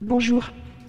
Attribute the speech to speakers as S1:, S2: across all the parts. S1: Bonjour.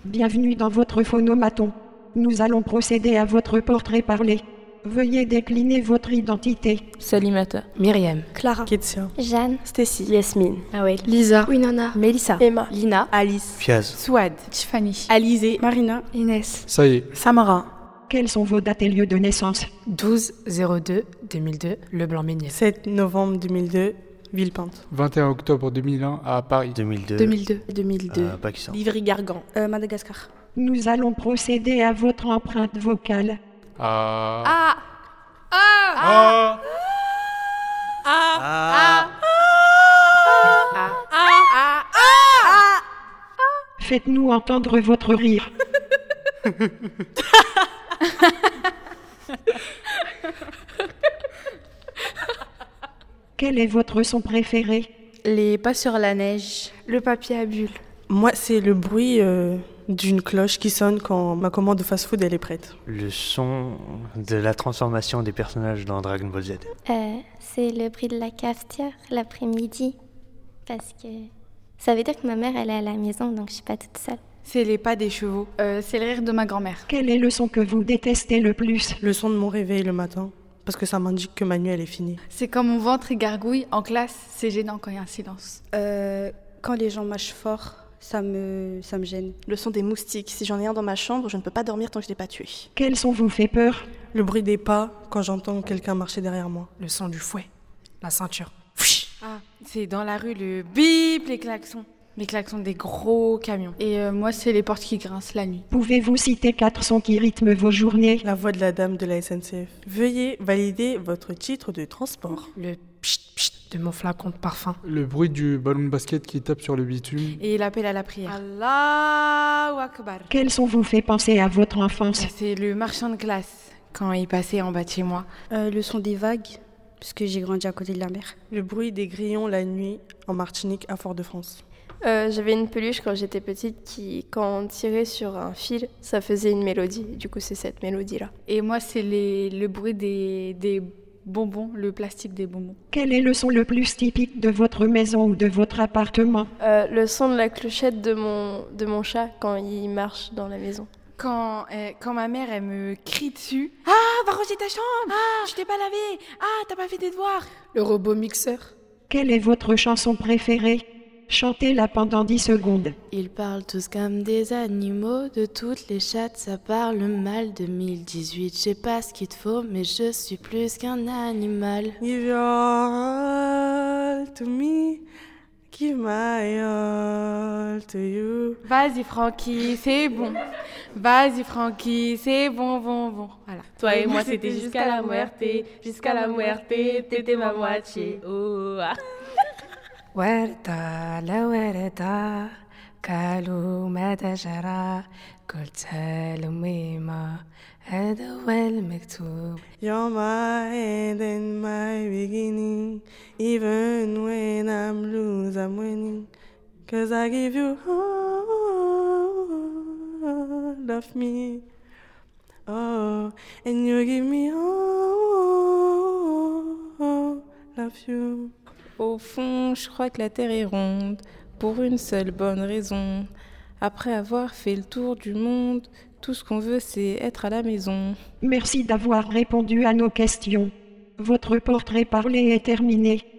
S1: Bienvenue dans votre phonomaton. Nous allons procéder à votre portrait parlé. Veuillez décliner votre identité.
S2: Salimata,
S3: Myriam,
S4: Clara,
S5: Ketsia,
S6: Jeanne,
S4: Stacy,
S3: Yasmine,
S2: Awel,
S7: Lisa,
S3: Winona, Melissa,
S4: Emma,
S3: Lina,
S4: Alice,
S8: Fiaz,
S3: Souad,
S7: Tiffany,
S4: Alizé, Marina,
S7: Inès,
S9: Ça y est,
S4: Samara.
S1: Quels sont vos dates et lieux de naissance
S3: 12-02-2002, Leblanc-Méniel,
S4: 7 novembre 2002, Villepinte.
S9: 21 octobre 2001 à Paris.
S8: 2002,
S7: 2002,
S8: 2002. euh, Pakistan,
S4: Livry-Gargan. Madagascar.
S1: Nous allons procéder à votre empreinte vocale.
S9: Ah.
S2: Ah
S9: Ah.
S8: Ah,
S1: Faites-nous entendre votre rire. Quel est votre son préféré
S2: Les pas sur la neige.
S7: le papier à bulles,
S4: Moi, c'est le bruit euh, d'une cloche qui sonne quand ma commande de fast-food, elle est prête.
S8: Le son de la transformation des personnages dans Dragon Ball Z.
S6: Euh, c'est le bruit de la cafetière l'après-midi. Parce que ça veut dire que ma mère, elle est à la maison, donc je suis pas toute seule.
S3: c'est les pas des chevaux,
S7: Euh, c'est le rire de ma grand-mère,
S1: Quel est le son que vous détestez le plus
S4: Le son de mon réveil le matin, parce que ça m'indique que ma nuit, elle est finie.
S7: c'est quand mon ventre il gargouille en classe, c'est gênant quand il y a un silence.
S10: Euh, quand les gens mâchent fort, ça me, ça me gêne.
S11: Le son des moustiques. Si j'en ai un dans ma chambre, je ne peux pas dormir tant que je l'ai pas tué.
S1: Quel son vous fait peur
S4: Le bruit des pas quand j'entends quelqu'un marcher derrière moi.
S3: le son du fouet, la ceinture.
S2: Ah, c'est dans la rue le bip, les klaxons. Les klaxons des gros camions.
S7: Et euh, moi, c'est les portes qui grincent la nuit.
S1: Pouvez-vous citer quatre sons qui rythment vos journées
S4: La voix de la dame de la SNCF. Veuillez valider votre titre de transport.
S3: le pchit pchit de mon flacon de parfum.
S9: Le bruit du ballon de basket qui tape sur le bitume.
S2: Et l'appel à la prière. Allahu Akbar.
S1: Quel son vous fait penser à votre enfance
S2: C'est le marchand de glace quand il passait en bas de chez moi.
S10: Euh, le son des vagues, parce que j'ai grandi à côté de la mer.
S4: Le bruit des grillons la nuit en Martinique à Fort-de-France.
S12: Euh, J'avais une peluche quand j'étais petite qui, quand on tirait sur un fil, ça faisait une mélodie. Du coup, c'est cette mélodie-là.
S7: Et moi, c'est les- le bruit des, des bonbons, le plastique des bonbons.
S1: Quel est le son le plus typique de votre maison ou de votre appartement
S12: Euh, le son de la clochette de mon, de mon chat quand il marche dans la maison.
S2: Quand, euh, quand ma mère, elle me crie dessus. Ah, va ranger ta chambre Ah, je t'ai pas lavé Ah, t'as pas fait tes devoirs
S3: Le robot mixeur.
S1: Quelle est votre chanson préférée Chantez-la pendant 10 secondes.
S11: Ils parlent tous comme des animaux, de toutes les chattes, ça parle mal. 2018, je sais pas ce qu'il te faut, mais je suis plus qu'un animal.
S4: Give your all to me, give my all to you.
S2: Vas-y, Francky, c'est bon. Vas-y, Francky, c'est bon, bon, bon. Voilà.
S11: Toi et moi, c'était jusqu'à la muerte, jusqu'à la muerte, t'étais ma moitié. Oh, ah.
S3: Huerta, la huerta, kalu madajara, قلت ميمة هذا هو المكتوب
S4: You're my end and my beginning. Even when I'm lose, I'm winning. Cause I give you all of me. Oh, and you give me all of you.
S11: Au fond, je crois que la terre est ronde, pour une seule bonne raison. Après avoir fait le tour du monde, tout ce qu'on veut, c'est être à la maison.
S1: Merci d'avoir répondu à nos questions. Votre portrait parlé est terminé.